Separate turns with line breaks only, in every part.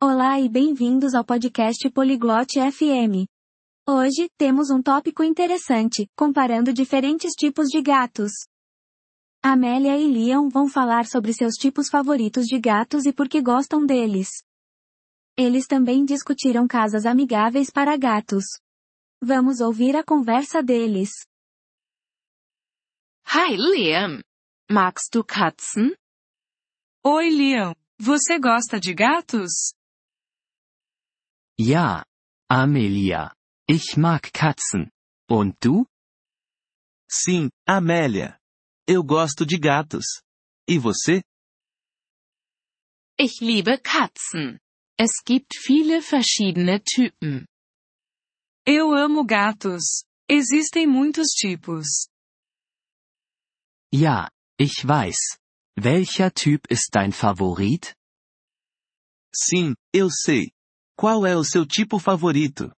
Olá e bem-vindos ao podcast Poliglote FM. Hoje, temos um tópico interessante, comparando diferentes tipos de gatos. Amélia e Leon vão falar sobre seus tipos favoritos de gatos e por que gostam deles. Eles também discutiram casas amigáveis para gatos. Vamos ouvir a conversa deles.
Hi Liam. Magst du Katzen?
Oi, Leon. Você gosta de gatos?
Ja, Amelia. Ich mag Katzen. Und du?
Sim, Amélia. Eu gosto de gatos. E você?
Ich liebe Katzen. Es gibt viele verschiedene Typen.
Eu amo gatos. Existem muitos tipos.
Ja, ich weiß. Welcher Typ ist dein Favorit?
Sim, eu sei. Qual é o seu tipo favorito?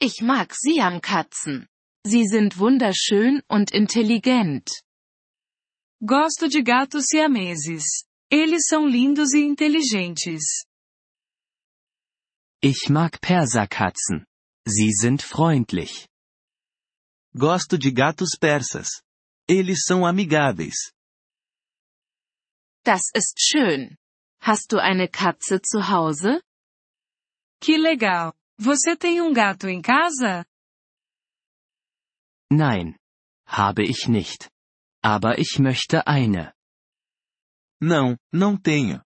Ich mag Siamkatzen. Sie sind wunderschön und intelligent.
Gosto de gatos siameses. Eles são lindos e inteligentes.
Ich mag Perserkatzen. Sie sind freundlich.
Gosto de gatos persas. Eles são amigáveis.
Das ist schön. Hast du eine Katze zu Hause?
Que legal! Você tem um gato em casa?
Nein. Habe ich nicht. Aber ich möchte eine.
Não, não tenho.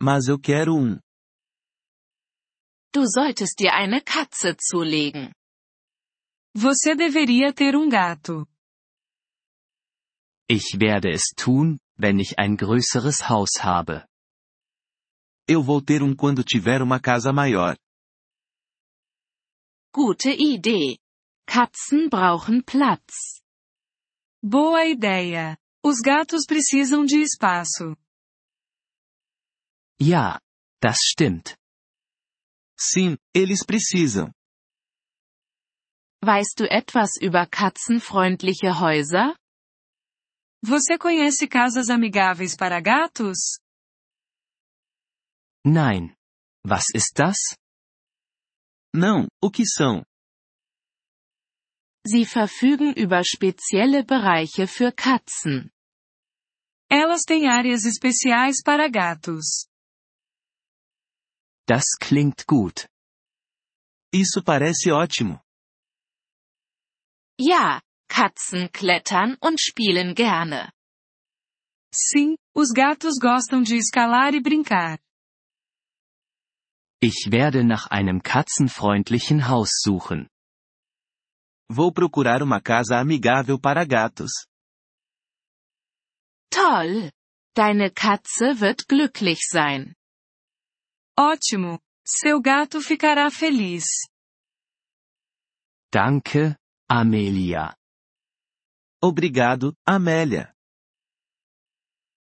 Mas eu quero um.
Du solltest dir eine Katze zulegen.
Você deveria ter um gato.
Ich werde es tun, wenn ich ein größeres Haus habe.
Eu vou ter um quando tiver uma casa maior.
Gute Idee. Katzen brauchen Platz.
Boa ideia! Os gatos precisam de espaço.
Ja, das stimmt.
Sim, eles precisam.
Weißt du etwas über katzenfreundliche Häuser?
Você conhece casas amigáveis para gatos?
Nein. Was ist das?
Não, o que são?
Sie verfügen über spezielle Bereiche für Katzen.
Elas têm áreas especiais para gatos.
Das klingt gut.
Isso parece ótimo.
Ja, Katzen klettern und spielen gerne.
Sim, os gatos gostam de escalar e brincar.
Ich werde nach einem katzenfreundlichen Haus suchen.
Vou procurar uma casa amigável para gatos.
Toll! Deine Katze wird glücklich sein.
Ótimo! Seu gato ficará feliz.
Danke, Amelia.
Obrigado, Amélia.